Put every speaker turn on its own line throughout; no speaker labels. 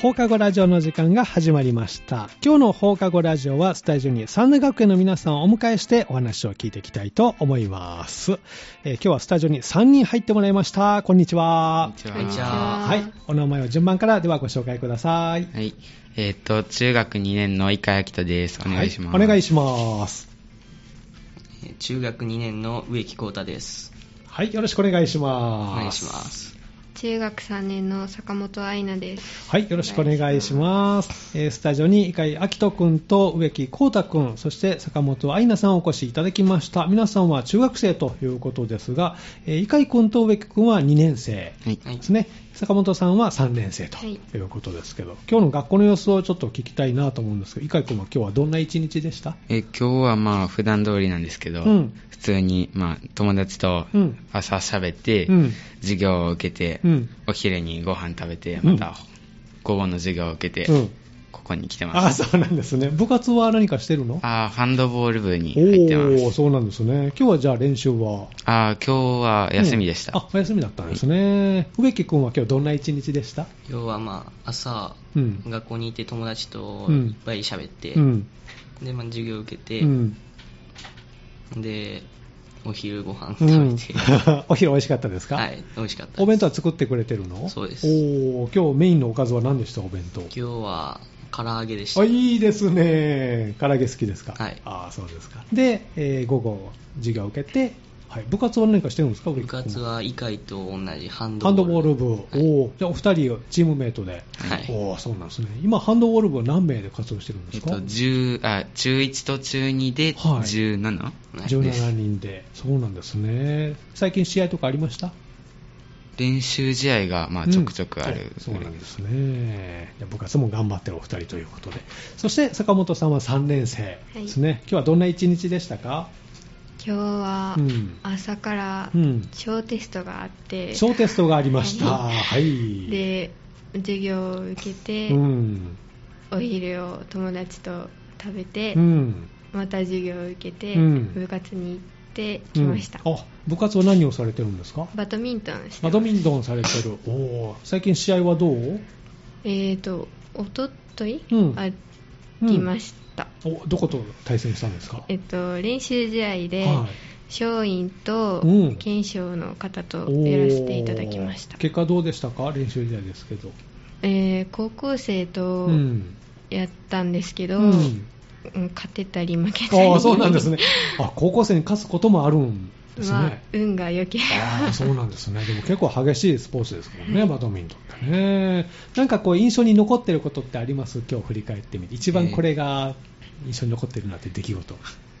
放課後ラジオの時間が始まりました。今日の放課後ラジオはスタジオに三大学園の皆さんをお迎えしてお話を聞いていきたいと思います。えー今日はスタジオに3人入ってもらいました。こんにちは。
こ
こんにちは
はい。お名前を順番からではご紹介ください。
はい。えっ、と、中学2年の伊賀明人です。お願いします。
はお願いします。
えー中学2年の植木浩太です。
はい。よろしくお願いし
お
ます。
願いしま。す。
中学3年の坂本愛菜です。
はい、よろしくお願いします。えースタジオに、井井明人くんと植木光太くん、そして坂本愛菜さんをお越しいただきました。皆さんは中学生ということですが、えー、井井くんと植木くんは2年生
はい。
はい
ですね。坂本さんは3年生と
はい
いうことですけど、今日の学校の様子をちょっと聞きたいなと思うんですけど、井井くんは今日はどんな一日でした
えー今日はまあ、普段通りなんですけど、
うん
普通に、まあ、友達と
うん
朝喋って、
うん
授業を受けて、
うん
お昼にご飯食べて、
うん
また、午後の授業を受けて、
うん。
ここに来て
あ、
ます。
そうなんですね。部活は何かしてるの
あーハンドボール部に
お
入ってます。
ー、そうなんですね。今日はじゃあ練習は
あー今日は休みでした。
うんあ、お休みだったんですね。植木くんは今日どんな一日でした
要はまあ、朝、
うん
学校に行って友達と
うん
いっぱい喋って、
うん。
で、まあ、授業受けて、
うん。
で、お昼ご飯
う
食べ
ん
て、
お昼美味しかったですか
はい、美味しかったです。
お弁当は作ってくれてるの
そうです
おー今日メインのおかずは何でしたお弁当。
今日は、唐揚げでした。
あ、いいですね。唐揚げ好きですか
はい
ああ、そうですか。で、えー午後、授業を受けて、はい、部活は何かしてるんですか
部活。は、以下と同じハン
植木君
ド
ハンドボー
ボール。
ル部。おーじゃあお二人、チームメイトで。
はい。
おーそうなんですね。今、ハンドボール部は何名で活動してるんで
えっ
すか、
と、10あ中1と中2で
はい
17?、
はい
17人で、そうなんですね、最近、試合とかありました
練習試合が、まあ、ちょくちょくある、
うんそうなんですね、じゃあ部活も頑張ってるお二人ということで、そして坂本さんは3年生ですね、今日はどんな一日でしたか、
今日は
うん
朝から
うん
小テストがあって、
小テストがありました、
は
はい、
で授業を受けて、
うん、
お昼を友達と食べて、
うん、
また授業を受けて、
うん
部活に行ってきました、
うんあ部活は何をされてるんですか、
バドミントンして
バ
ます
ドミントンされてる、おー最近、試合はどう
えっ、とおととい、
うん
ありました、
おどこと対戦したんですか、
えっと、練習試合で、
はい
松陰と
うん
剣翔の方とやらせていただきました
おー、結果どうでしたか練習試合ですけど、
えー高校生と
ん
やったんですけど、
うん
うん勝てたり負けたり
ああそうなんですね あ高校生に勝つこともあるんです
まあ
ね、
運が良けれ
ああ
ば
そうなんですねでも結構激しいスポーツですもんねバドミントンってねなんかこう印象に残ってることってあります今日振り返ってみて一番これが印象に残ってるなって出来事、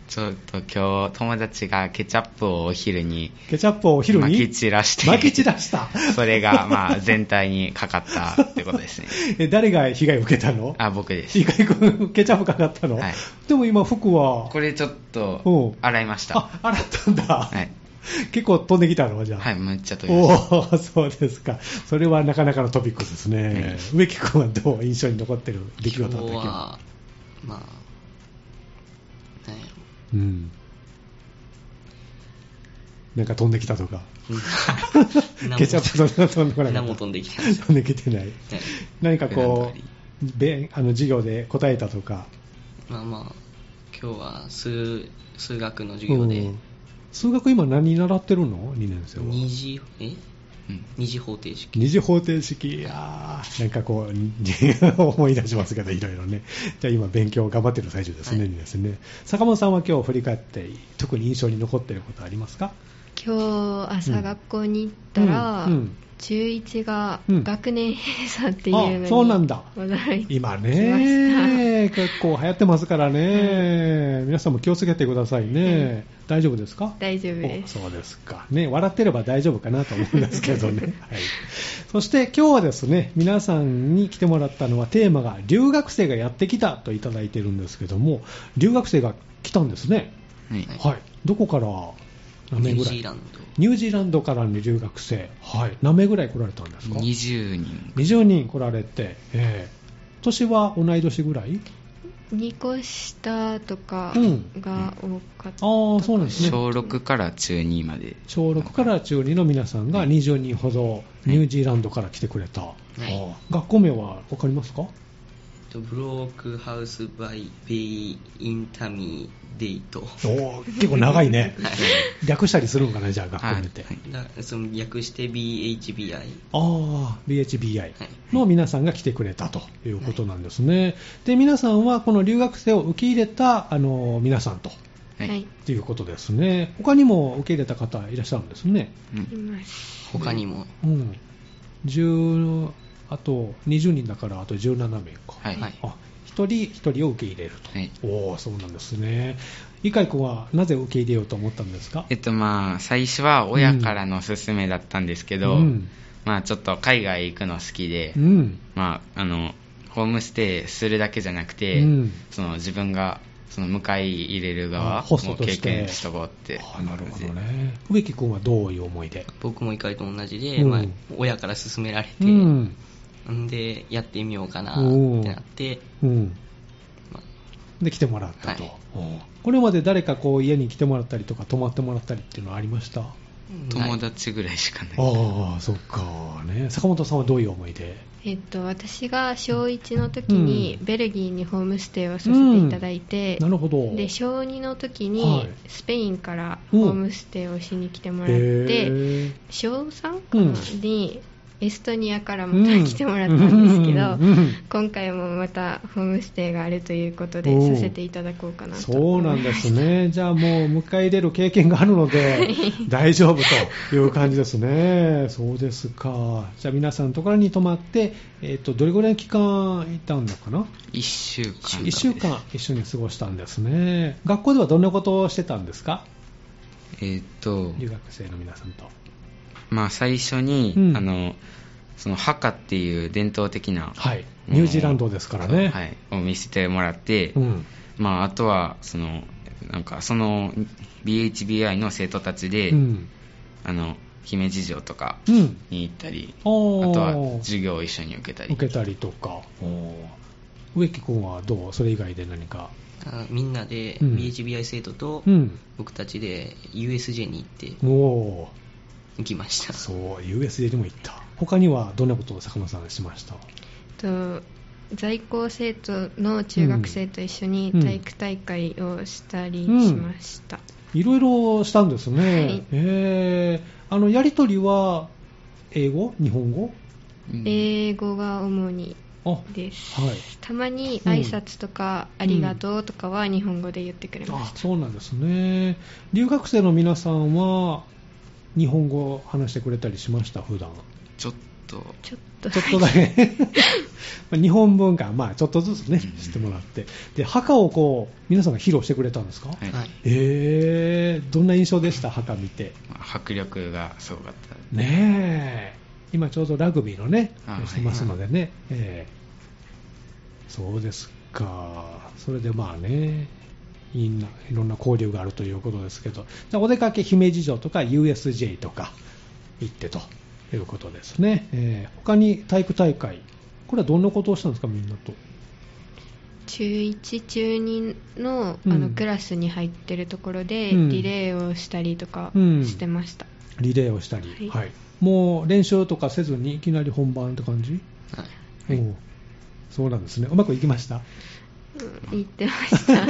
ちょっと今日友達がケチャップをお昼に
ケチャップをお昼に
まき散らして
まき散らした
それ がまあ全体にかかったってことですね
え誰が被害を受けたの
あ僕です
意外君ケチャップかかったの、
はい
でも今服は
これちょっ
お
と
う
洗いました
あ洗ったんだ、
はい、
結構飛んできたのじゃあ
はい、むっちゃ取りました
おお、そうですか。それはなかなかのトピックですね。植木君はどう印象に残ってる出来事だ
今
っ
日
たっけ
は、ま あ、なんや
うん。なんか飛んできたとか。
ろ
ケチャップとか飛んでこない。
何も飛んでき ました。
飛んできてない。
はい
何かこ
選んだり
う、べあの授業で答えたとか。
まあまあ、今日は数数学の授業で
うん、数学今何習ってるの ?2 年生は。
二次、え
うん
二次方程式。
二次方程式、いやーなんかこう、に思い出しますけど、いろいろね。じゃあ今、勉強頑張ってる最中ですね、
はい
ですね。坂本さんは今日振り返って、特に印象に残ってることありますか
今日朝学校に行ったら、
うんうん
中1が
うん
学年閉鎖っていうのに、
あそうなんだ
驚いて
今
来
ね、結構流行ってますからね、皆さんも気をつけてくださいね。大丈夫ですか
大丈夫です
おそうですか。ね、笑ってれば大丈夫かなと思うんですけど ね。はい。そして今日はですね、皆さんに来てもらったのはテーマが留学生がやってきたといただいてるんですけども、留学生が来たんですね。
はい
はい
はい。どこから何
ニ
名
ュ
ぐ
ー
ら
ジ
い
ーランド。
ニュージーランドからの留学生。はい。何名ぐらい来られたんですか
20人
20人来られて、ええ年は同い年ぐらい
2個下とか
うん
が多
あ
かった、
あ、そうなんですね。
小6から中2まで
小6から中2の皆さんが20人ほどニュージーランドから来てくれた、
い
ああ学校名は分かりますか
とブロークハウスバイベイインタミデイト
おお結構長いね略したりするんかなじゃあ学校名って、
はい
だその略して BHBI
ああ BHBI
はい
の皆さんが来てくれたということなんですね、で皆さんはこの留学生を受け入れたあの皆さんと
はい
はい、
ということですね他にも受け入れた方いらっしゃるんですね
うん
います
他にも、
うん10あと20人だからあと17名か
はい
はい
あ一人一人を受け入れると、
はい
おおそうなんですね伊海君はなぜ受け入れようと思ったんですか
えっとまあ最初は親からのおすすめだったんですけど、
うん
まあちょっと海外行くの好きで、
うん
まああのホームステイするだけじゃなくて、
うん
その自分がその迎え入れる
あ
側
ホスト
も
として
経験しとこうって
あなるほどね植木君はどういう思いで、
僕も怒りと同じで、
うん
まあ、親から勧められて、
うん
んでやってみようかな
おー
ってなって、
うん、
まあ
で来てもらったと、
はい
おーこれまで誰かこう家に来てもらったりとか泊まってもらったりっていうのはありました、
は
友
い
達ぐらいしかない、
ああそっかね坂本さんはどういう思いで
えっと、私が小1の時に
うん
ベルギーにホームステイをさせていただいて、
なるほど
で小2の時
は
に
い
スペインから
うん
ホームステイをしに来てもらって、
へー
小3
うん
にエストニアからまた来てもらったんですけど、
うんうんうん
今回もまたホームステイがあるということ
お
で
う
させていただこうかなと
そうなんですね、じゃあもう迎え入れる経験があるので、大丈夫という感じですね、そうですか、じゃあ皆さんのところに泊まって、えっとどれぐらいの期間いたのかな、
1週間だけ
1
です
週間一緒に過ごしたんですね、学校ではどんなことをしてたんですか、
えーっと
留学生の皆さんと。
まあ最初に、
うん
あのそのハカっていう伝統的な、
はい、
うん
ニュージーランドですからね。
はい、を見せてもらって、
うん
まあ、あとはそのなんかその BHBI の生徒たちで、
うん
あの姫路城とか
うん
に行ったり、
おー
あとは授業を一緒に受けたり
受けたりとか、おー植木君はどう、それ以外で何か、
あみんなで
うん
BHBI 生徒と
うん、
僕たちで USJ に行って
おー
行きました、
そう、USJ にも行った。他にはどんなことを坂本さんしました
と在校生徒の中学生と一緒に
うん
体育大会をしたりしました、
いろいろしたんですね。
はい
えーあの、やりとりは、英語日本語
うん
英語が主に
あ、は
です、
い。
たまに
うん
挨拶とか、ありがとうとかは日本語で言ってくれま
あ
し、た、
そうなんですね。留学生の皆さんは、日本語を話してくれたりしました普段。
ちょっと
ちょっと
ちょっとだけ。 まあ日本文化、まあ、ちょっとずつね、
うん
知ってもらって。で、墓をこう、皆さんが披露してくれたんですか、
はい
はい
えー、どんな印象でした墓見て。
まあ迫力がすごかった
ねえ、今ちょうどラグビーのね
あ、
してますのでね、ええそうですか、それでまあね、いいないろんな交流があるということですけど、じゃあお出かけ姫路城とか USJ とか行ってということですね、ええ他に体育大会、これはどんなことをしたんですか、みんなと。
中1中2の,、
うん
あのクラスに入ってるところで、
うん
リレーをしたりとか
うん
してました、
リレーをしたり、
はい
はいもう練習とかせずにいきなり本番って感じ、
はい
おうそうなんですね、うまくいきました
うん、言ってま した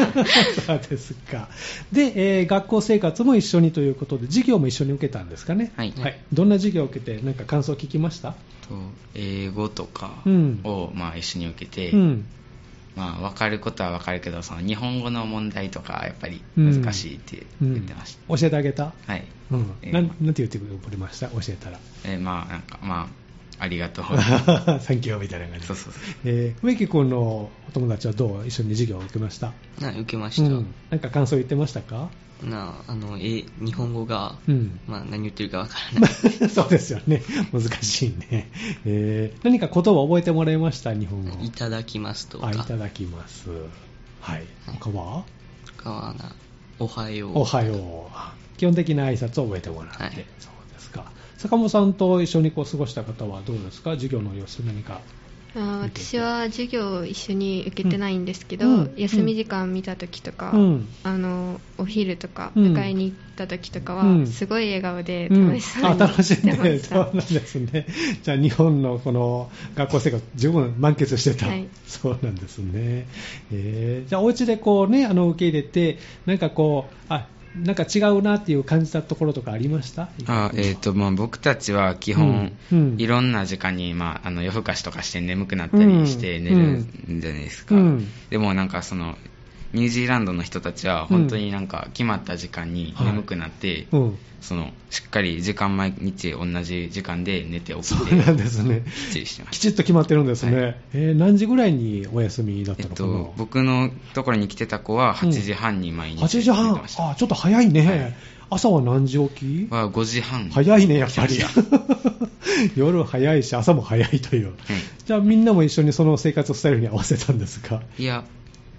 そうですか。で、えー学校生活も一緒にということで、授業も一緒に受けたんですかね。
はい
どんな授業を受けて、なんか感想聞きました
と英語とか
うん
を、まあ、一緒に受けて、
うん。
まあ、分かることは分かるけどその日本語の問題とかやっぱり
うん
難しいって
う
言っ
ん
てました、
教えてあげた
はい
うん。
えー
なんなんて言ってくれました教えたら。
えーまあなんかまああ りがとう
サンキューみたいな感じ。
そうそうそう
えー植木君のお友達はどう一緒に授業を受けました
はい受けまし
う
た、
んなんか感想言ってましたか
なあのえ日本語が、
うん。
まあ、何言ってるかわからない
そうですよね。難しいね。えー何か言葉を覚えてもらいました日本語。
いただきますとか
あいただきます。はい。他は、
他はなおはよう
おはよう。基本的な挨拶を覚えてもらって。
はい
そうですか。坂本さんと一緒にこう過ごした方はどうですか授業の様子何か。
ああ
見てて
私は授業を一緒に受けてないんですけど、
うん
休み時間見た時とか、
うん
あのお昼とか
うん
迎えに行った時とかは、
うん
すごい笑顔で
うん
楽しそう
あ
に
楽し
し
ん
てま
で、
し
そうな
た、
んですね。じゃあ、日本のこの学校生活、十分満喫してた。
はい
そうなんですね。えーじゃあ、お家でこうね、あの、受け入れて、なんかこう、あ、なんか違うなっていう感じたところとかありました
あえーとまあ、僕たちは基本、
うんうん
いろんな時間に、まあ、あの夜更かしとかして眠くなったりして寝るんじゃないですか、
うん
でもなんかそのニュージーランドの人たちは本当になんか決まった時間に眠くなって、
うん。
そのしっかり時間毎日同じ時間で寝て起き
そう
て
なんですね。
きっちりしてま
き
し
ちっと決まってるんですね。
は、
えー何時ぐらいにお休みだった
え
た
っ
のかな、
と、僕のところに来てた子は8時半に毎
8
日寝
時
て
半
まし、た、
あちょっと早いね、
はい
朝は何時起き
は5時半
早いね、やっぱり
起きまし。
夜早いし、朝も早いという、じゃあ、みんなも一緒にその生活スタイルに合わせたんですか、
いや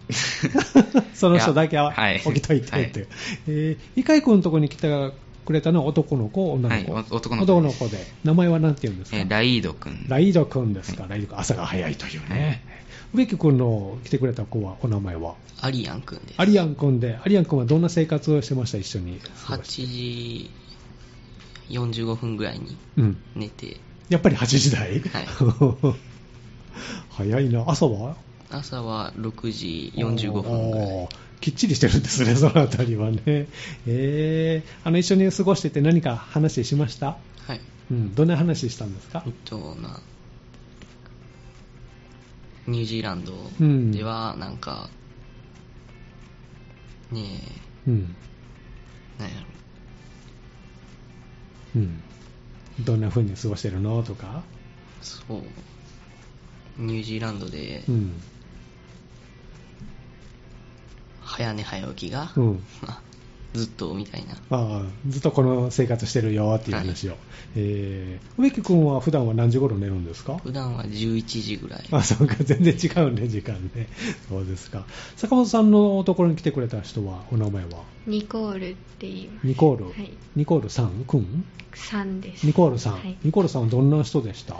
その人だけは
はい
置きといてって、
は
えー、イカイ君のところに来てくれたのは男の子、女の子、
はいお男の子
男の子で、名前はなんて言うんですか、
えーライード君
ライド君ですか、ライド君、朝が早いというね、植木君の来てくれた子は、お名前は、
アリアンくんです
アリアン君で、アリアン君はどんな生活をしてました、一緒に。
8時45分ぐらいに
うん、
寝て
やっぱり8時台、
は
早いな、朝は
朝は6時45分ぐらい
おーきっちりしてるんですね、そのあたりはね。えー、あの一緒に過ごしてて何か話しました
はい
うん、どんな話したんですか
えっとまあニュージーランド
うん
ではなんか、ね
うん、
えなんやろ
うん。どんな風に過ごしてるのとか。
そうニュージーランドで
うん。
早寝早起きが、
うん。
まあずっとみたいな
ああ、ずっとこの生活してるよっていう話を。えー、植木君は普段は何時頃寝るんですか
普段は11時ぐらい
あ、そうか、全然違うね、時間ね。そうですか。坂本さんのところに来てくれた人は、お名前は
ニコールって言いま
ニコール、
はい
ニコールさんくん
す3です
ニコールさん、
はい
ニコールさんはどんな人でした、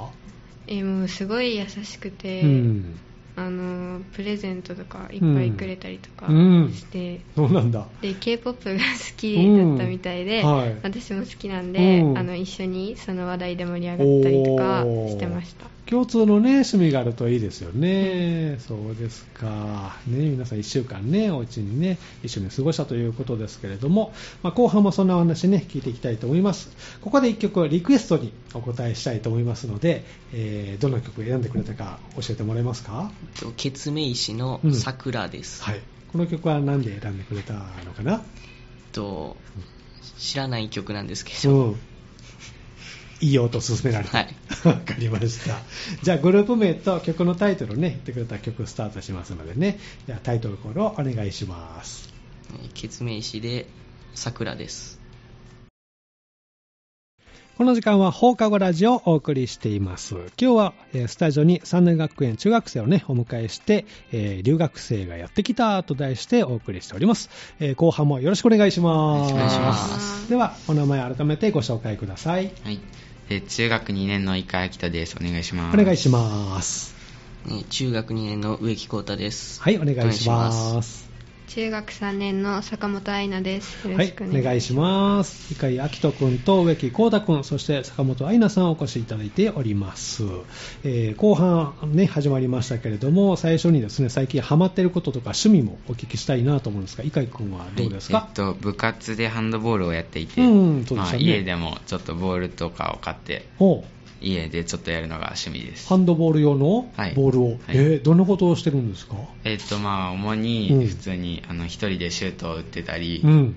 えーもうすごい優しくて、
うん。
あのプレゼントとかいっぱいくれたりとか
うん
して、
そうなんだ。
で K-POP が好きだったみたいで、
うんはい
私も好きなんで、
うん
あの一緒にその話題で盛り上がったりとかしてました
共通のね、趣味があるといいですよね。そうですか。ね、皆さん1週間ね、お家にね、一緒に過ごしたということですけれども、まあ、後半もそんなお話ね、聞いていきたいと思います。ここで1曲、リクエストにお答えしたいと思いますので、えーどの曲を選んでくれたか教えてもらえますか
えっとケツメイシの
うん
桜です、
はい。この曲は何で選んでくれたのかな
えっと知らない曲なんですけど、
うん。いいよと勧められた。
はい
わかりました。じゃあ、グループ名と曲のタイトルをね、言ってくれた曲スタートしますのでね。じゃあ、タイトルコールをお願いします。
ケツメイシで桜です
この時間は放課後ラジオをお送りしています。今日は、えースタジオに三年学園中学生をね、お迎えして、えー留学生がやってきたと題してお送りしております。えー後半もよろしくお願いします。
お願いしま
あ
す
ー
では、お名前改めてご紹介ください。
はい、えー中学2年の伊川明人ですお願いし
お
ます
願いします。
ね中学2年の植木浩太です
はい、お願いしま。
お願いします
中学3年の坂本愛菜ですよ
は
ろ
い
し、くお
お
願いしま
願いします。
す、
碇明人君と植木光太君、そして坂本愛菜さんお越しいただいております。えー後半ね、始まりましたけれども、最初にですね、最近ハマってることとか趣味もお聞きしたいなと思うんですが、碇君はどうです
はい
か
えっ、と、部活でハンドボールをやっていて、
うんそうでし
ま
た
あ、
ね
家でもちょっとボールとかを買って
ほう
家でちょっとやるのが趣味です
ハンドボール用の
はい
ボールを。
い
えーどんなことをしてるんですか
えっ、とまあ主
うん
に普通に、あの一人でシュートを打ってたり、
うん。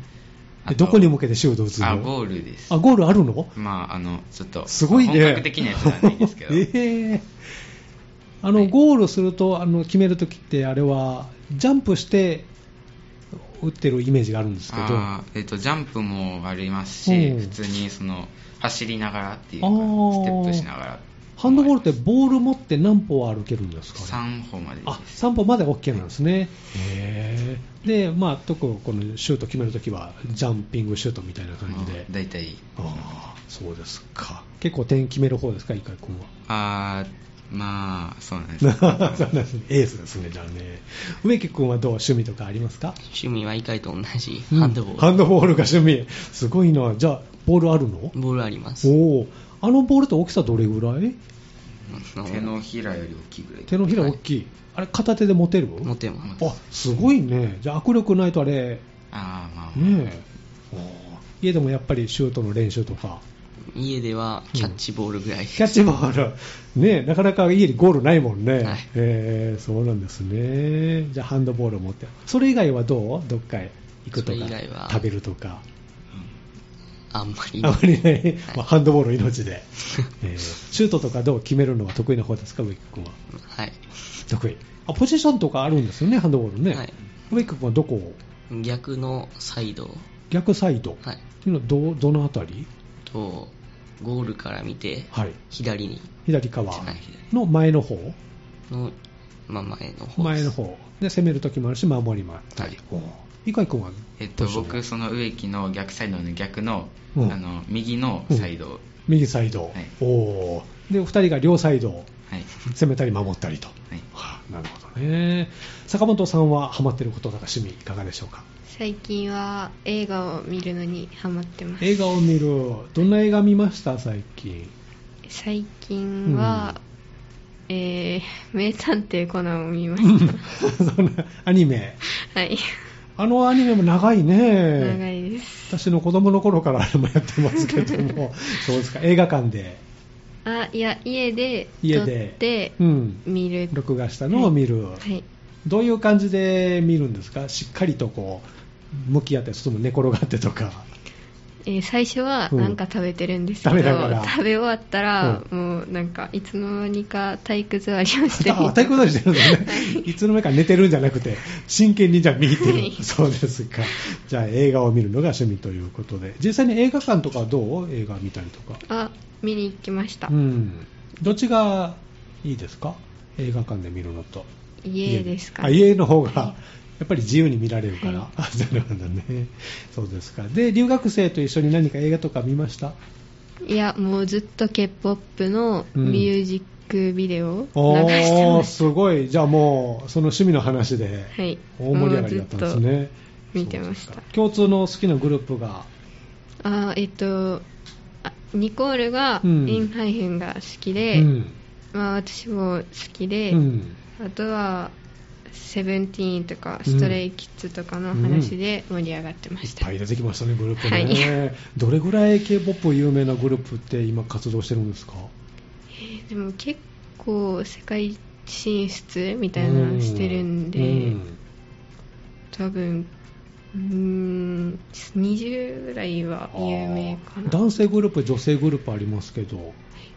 あ
え
と
どこに向けてシュートを打つの
あゴールです
あ、ゴールあるの
まああのちょっと
すごいね。
本格的なやつはないですけ ど、
ええあの、ゴールすると、あの、決めるときって、あれは、ジャンプして、打ってるイメージがあるんですけど、
あーえっとジャンプもありますし、
うん
普通にその走りながらっていうか
あー
ステップしながら
ハンドボールってボール持って何歩歩けるんですか
3歩まで
あ
です
3歩まで OK なんですね。へえで、まあ、特にこのシュート決めるときは、ジャンピングシュートみたいな感じで。
だいたい
ああ、そうですか。結構点決める方ですか、イカイ君は。
あーまあ、そうなんです。
そうなんですねエースですね、じゃあね。植木君はどう趣味とかありますか
趣味は以下と同じハンドボ
うんハ
ー
ンドボールが趣味。すごいな。じゃあ、ボールあるの
ル。ボールあります。
おお。あのボールって大きさどれぐらい
あの
手のひらより大きいぐらい。
手のひら大きい。あれ、片手で持てる
持てます。
あ、すごいね。じゃあ、握力ないとあれ、
ああ、まあ、
ねえ。おー家でもやっぱりシュートの練習とか。
家ではキャッチボールぐらいです
キャッチボール。ねえ、なかなか家にゴールないもんね。
はい
えーそうなんですね。じゃあ、ハンドボールを持って。それ以外はどうどっかへ行くとか
それ以外は、
食べるとか。
あんまり
あまりね、まあ、ハンドボールの命で、 えーシュートとかどう決めるのは得意な方ですか、植木君は。
はい、
得意あ。ポジションとかあるんですよね、ハンドボールね。
はい
植木君はどこを
逆のサイド、
逆サイド、
はい、
っていうのはどどのあたり、
とゴールから見て
はい、
左に
左側
はい
の前の方、
の、まあ、前の方
前の方で攻めるときもあるし、守りもあったり、おう井上君は
えっと、
どうしよう
僕、その植木の逆サイドの逆の、
うん
あの、右のサイドを、
右サイド、
はい
おうで2人が両サイドを
はい。
攻めたり守ったりと。
はい。
はあなるほどね坂本さんはハマってることとか趣味いかがでしょうか
最近は映画を見るのにハマってます
映画を見るどんな映画見ました最近
最近は、えー名探偵コナンを見まし
そんなアニメ
たはい
あのアニメも長いね
長いです
私の子供の頃からあれもやってますけど もそうですか映画館で
あいや家で
家
撮っ
で
て
うん
見る、
録画したのを見る、
はい
どういう感じで見るんですかしっかりとこう向き合ってその寝転がってとか
えー最初は
うん
何か食べてるんですけ
食
ど、
べながら
食べ終わったら、もうなんかいつの間にか体育座りをして
あ当たりことしてるんですね、い、つの間にか寝てるんじゃなくて、真剣にじゃあ見に行ってる、
はい
そうですか、じゃあ映画を見るのが趣味ということで、実際に映画館とかはどう映画見たりとか、
あ見に行きました、
うん、どっちがいいですか、映画館で見るのと、
家ですか
あ
ね
家の方がやっぱり自由に見られるから、
は
なるほどね、そうですか、で留学生と一緒に何か映画とか見ました
いやもうずっと k p o p のミュージックビデオ
お
を流して
ー、
まし
すごい、じゃあもう、その趣味の話で。
た、はい、
大盛り上がりだったんです
もうずっ
ね。
と見てま
そう
した
ですか共通の好きなグループが、
とあえっとあニコールが、
うん
インハイフンが好きで、
うん
まあ、私も好きで、
うん
あとはセブンティーンとかストレイキッズとかの話で盛り上がってま
いっ
した、
ぱい出てきましたね、グループね。
は
どれぐらい K-POP 有名なグループって今活動してるんですか
でも結構世界進出みたいなのしてるんで、
う
多分うーん20ぐらいは有名か
あー
な
男性グループ、女性グループありますけど、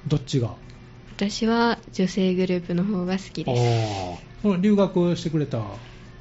どっちが
私は女性グループの方が好きです
あーその留学してくれた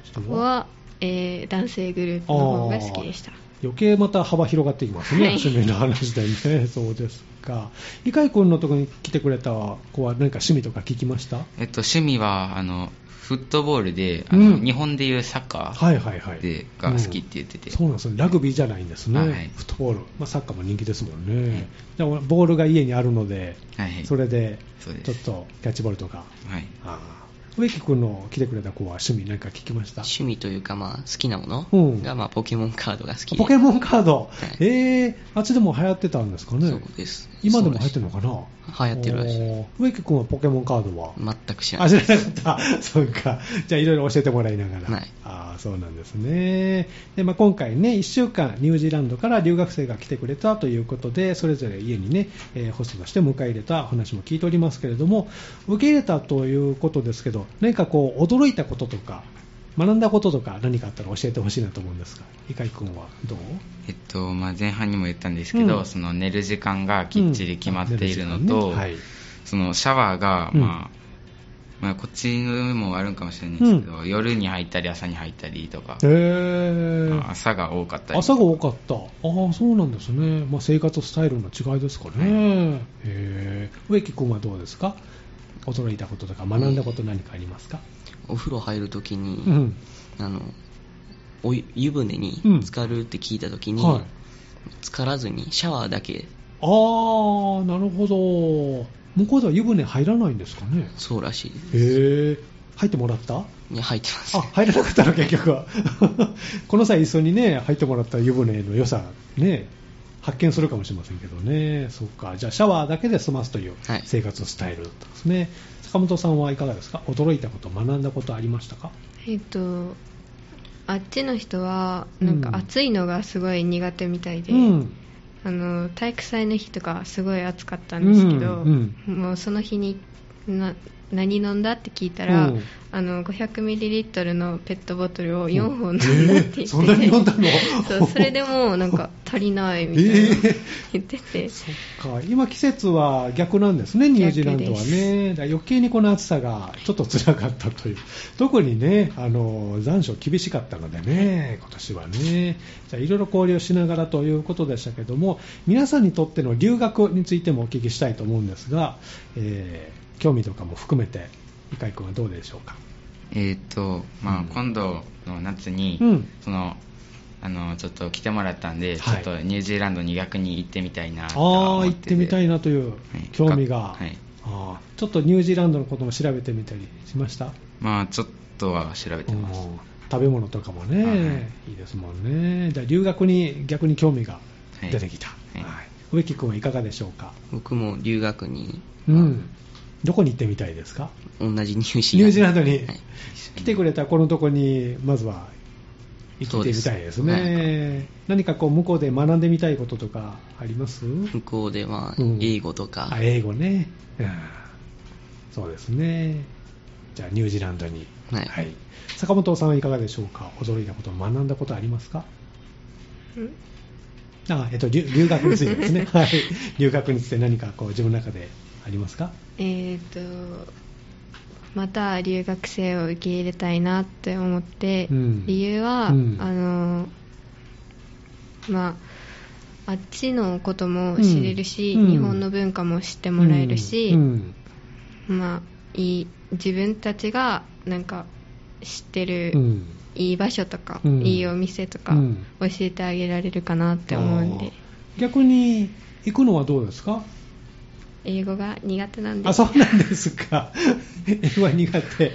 人
ここは、えー男性グループの方が好きでした
余計また幅広がっていきますね、趣味の話でね、そうですか、伊海君のところに来てくれた子は、何か趣味とか聞きました
えっと、趣味は、あの、フットボールで、あの
うん
日本でいうサッカー
はいはいはい、
でが好きって言ってて、
そうなんですね、ラグビーじゃないんですね、
はい
フットボール、まあ、サッカーも人気ですもんね、じゃあボールが家にあるので、
はい。
それで
そうで
ちょっ
す。
とキャッチボールとか、
はい。
あー植木君の来てくれた子は趣味、何か聞きました
趣味というか、まあ、好きなもの
うん
が、まあ、ポケモンカードが好きで
ポケモンカード、
い
えー、あっちでも流行ってたんですかね
そう、です
今でも流行ってるの
る
かな
流行ってるらしい
おー植木君はポケモンカードは
全く知ら
あ
ない
知らなかった、 そうか、じゃあ、いろいろ教えてもらいながら、
はい
あーそうなんですね、でまあ、今回ね、1週間、ニュージーランドから留学生が来てくれたということで、それぞれ家にね、えーホストとして迎え入れた話も聞いておりますけれども、受け入れたということですけど、何かこう、驚いたこととか、学んだこととか、何かあったら教えてほしいなと思うんですが、伊海君はどう
えっと、まあ、前半にも言ったんですけど、
うん
その寝る時間がきっちり決まっているのと、
うんはい
そのシャワーが、
うん
まあ、まあ、こっちのもあるんかもしれないですけど、夜に入ったり朝に入ったりとか、
へー
まあ朝が多かったり。
朝が多かった、ああ、そうなんですね、まあ、生活スタイルの違いですかね、へえ植木君はどうですか、驚いたこととか、学んだこと、何かありますか、
お風呂入るときに、
うん、
あのお湯湯船に
うん
浸かるって聞いたときに、
はい、
浸からずにシャワーだけ
ああ、なるほど、向こうでは湯船入らないんですかね
そうらしいです
へえ入ってもらった
いや入ってます
あ入らなかったの結局は この際一緒にね入ってもらった湯船の良さね発見するかもしれませんけどねそうかじゃあシャワーだけで済ますという
はい
生活スタイルだったんですね、坂本さんはいかがですか驚いたこと学んだことありましたか
えっとあっちの人はなん
うん
か暑いのがすごい苦手みたいで、あの体育祭の日とかすごい暑かったんですけど、
うん
もうその日にな何飲んだって聞いたら、
うん
あの500ミリリットルのペットボトルを4本飲んだ
え
って言って、
ーそんなに飲んだの
そうそれでもうなんか足りないみたいな
えー
言ってて、
そっか今、季節は逆なんですね、ニュージーランドは
逆
ね、だから余計にこの暑さがちょっと辛かったという、 特にねあの残暑厳しかったのでね、今年はね、じゃあいろいろ交流しながらということでしたけども、皆さんにとっての留学についてもお聞きしたいと思うんですが、えー興味とかも含めて、向井君はどうでしょうか。
えーっと、まあ、今度の夏に、
うん
その、あの、ちょっと来てもらったんで、
はい
ちょっとニュージーランドに逆に行ってみたいなとは
ああ
思
ー行
っ
っててみたい
な。
なという
い
興味が、
はい
あーちょっとニュージーランドのことも調べてみたりしました
まあ、ちょっとは調べてます。
うん食べ物とかもね、、
はい
いですもんねじゃあ留学に逆に興味が出てきた、
い
はい植木君はいかがでしょうか、
僕も留学に
うん、どこに行ってみたいですか
同じニュージー
ニュ
ランド
ージーランドに
はい
来てくれたこのとこにまずは行ってみたいですね
そう
何かこう向こうで学んでみたいこととかあります
向こうでは
うん
英語とか、
あ英語ね、うんそうですねじゃあニュージーランドに、
はい
坂本さんはいかがでしょうか驚いたこと学んだことありますか
うん
あえっと、留留学についてです ね、はい、留学について何かこう自分の中でありますか
えーとまた留学生を受け入れたいなって思って、
うん
理由は、
うん
あのまああっちのことも知れるし、
うん
日本の文化も知ってもらえるし、
うん
まあいい自分たちがなんか知ってる、
うん
いい場所とか、
うん
いいお店とか、
うん
教えてあげられるかなって思うん
あー
で
逆に行くのはどうですか
英語が苦手なんで
あそうなんですか英語は苦手、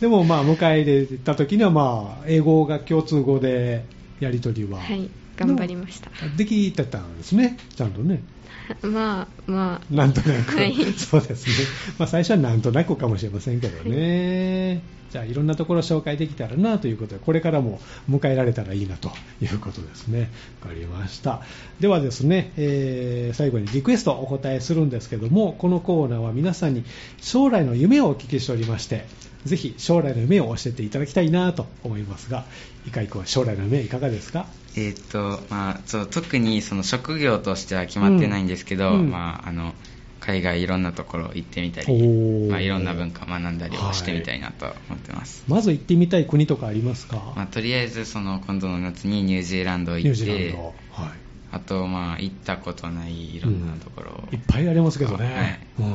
でもまあ迎え入れた時にはまあ英語が共通語でやり取りは、
はい、頑張りました
できてたんですねちゃんとね
まあまあ
なんとなく、
はい
そうですね、まあ、最初はなんとなくかもしれませんけどね、じゃあ、いろんなところ紹介できたらなということで、これからも迎えられたらいいなということですね、わかりました、ではですね、えー最後にリクエストお答えするんですけども、このコーナーは皆さんに将来の夢をお聞きしておりまして、ぜひ将来の夢を教えていただきたいなと思いますが、いかいこ将来の夢、いかがですか
えーっと、まあ、そう特にその職業としては決まってないんですけど、
うんうん
まあ、あの、海外いろんなところ行ってみた
お
り、
ー
まあ、いろんな文化学んだりをしてみたいなと思ってます。
まず行ってみたい国とかありますか、
まあ、とりあえずその今度の夏にニュージーランド
ニュー
行っ
ジーラン
て
ド。はい
あとまあ行ったことないいろんなところを、
いっぱいありますけどね、うん、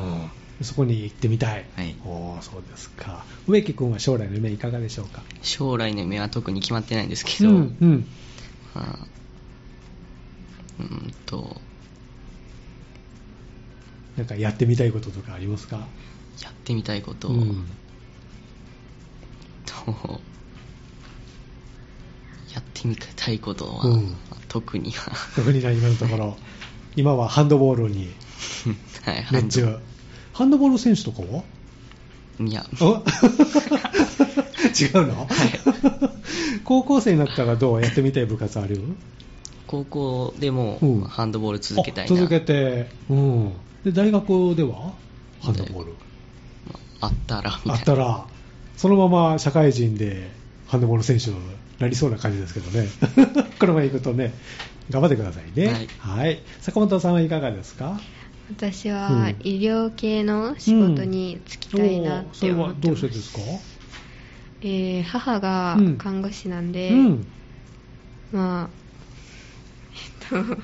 そこに行ってみたい、
はい
おーそうですか植木君は将来の夢いかがでしょうか
将来の夢は特に決まってないんですけど、
うんうん
まあうーんと
なんかやってみたいこととかありますか
やってみたいこと、
うん
と やってみたいことは、
うん
特には
特に何今のところ今はハンドボールに
はいハン
熱中ハンドボール選手とか は
ドいや
あ 違うの、 高校生になったらどうやってみたい部活ある
高校でも、
うん
ハンドボール続けたい
あ
な
続けて、うん、で大学ではハンドボール
まああったらみ
あ
たいな
ったら、そのまま社会人でハンドボール選手になりそうな感じですけどね、 このままいくとね、頑張ってくださいね。は
はいい、
坂本さんはいかがですか
私
うん
は医療系の仕事に就きたいなっ
おーそ
て
れ
思
は
って
どう
ま
し
す、
てですか、
えー母が
うん
看護師なんで、
うん、
まあえっと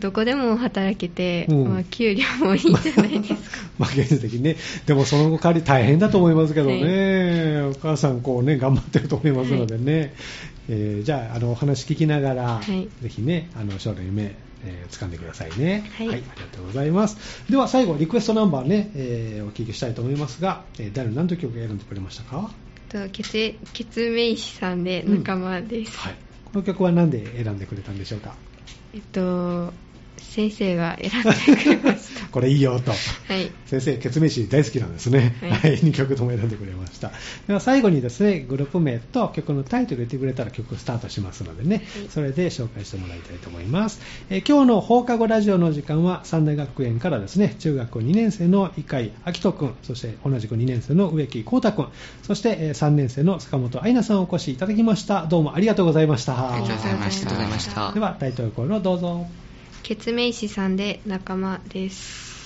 どこでも働けて、
うん
まあ、給料もいいじゃないです か
まあ、現実的にね、でもその代わり大変だと思いますけどね、お母さん、こうね、頑張ってると思いますのでね、えーじゃあ、あの、お話聞きながら、
はい
ぜひね、あの、将来の夢、えー掴んでくださいね、
はい
ありがとうございます。では、最後、リクエストナンバーね、えーお聞きしたいと思いますが、えー誰の何という曲を選んでくれましたか
と血血明師さんで仲間です、
はい。この曲は何で選んでくれたんでしょうか
えっと先生が選んでく れまし
これいいよと。
たはい
先生、ケツメイシ大好きなんですね。
は
はいい、2曲とも選んでくれました。では最後にですね、グループ名と曲のタイトル言ってくれたら曲スタートしますのでね、
はい
それで紹介してもらいたいと思います。えー今日の放課後ラジオの時間は、三大学園からですね、中学校2年生の井海明人くん、そして同じく2年生の植木光太くん、そしてえー3年生の坂本愛菜さんをお越しいただきました。どうもありがとうございました。
ありがとうございました
ありがとうございま
ありがとうございました
では、タイトルコールをどうぞ。
血明師さんで仲間です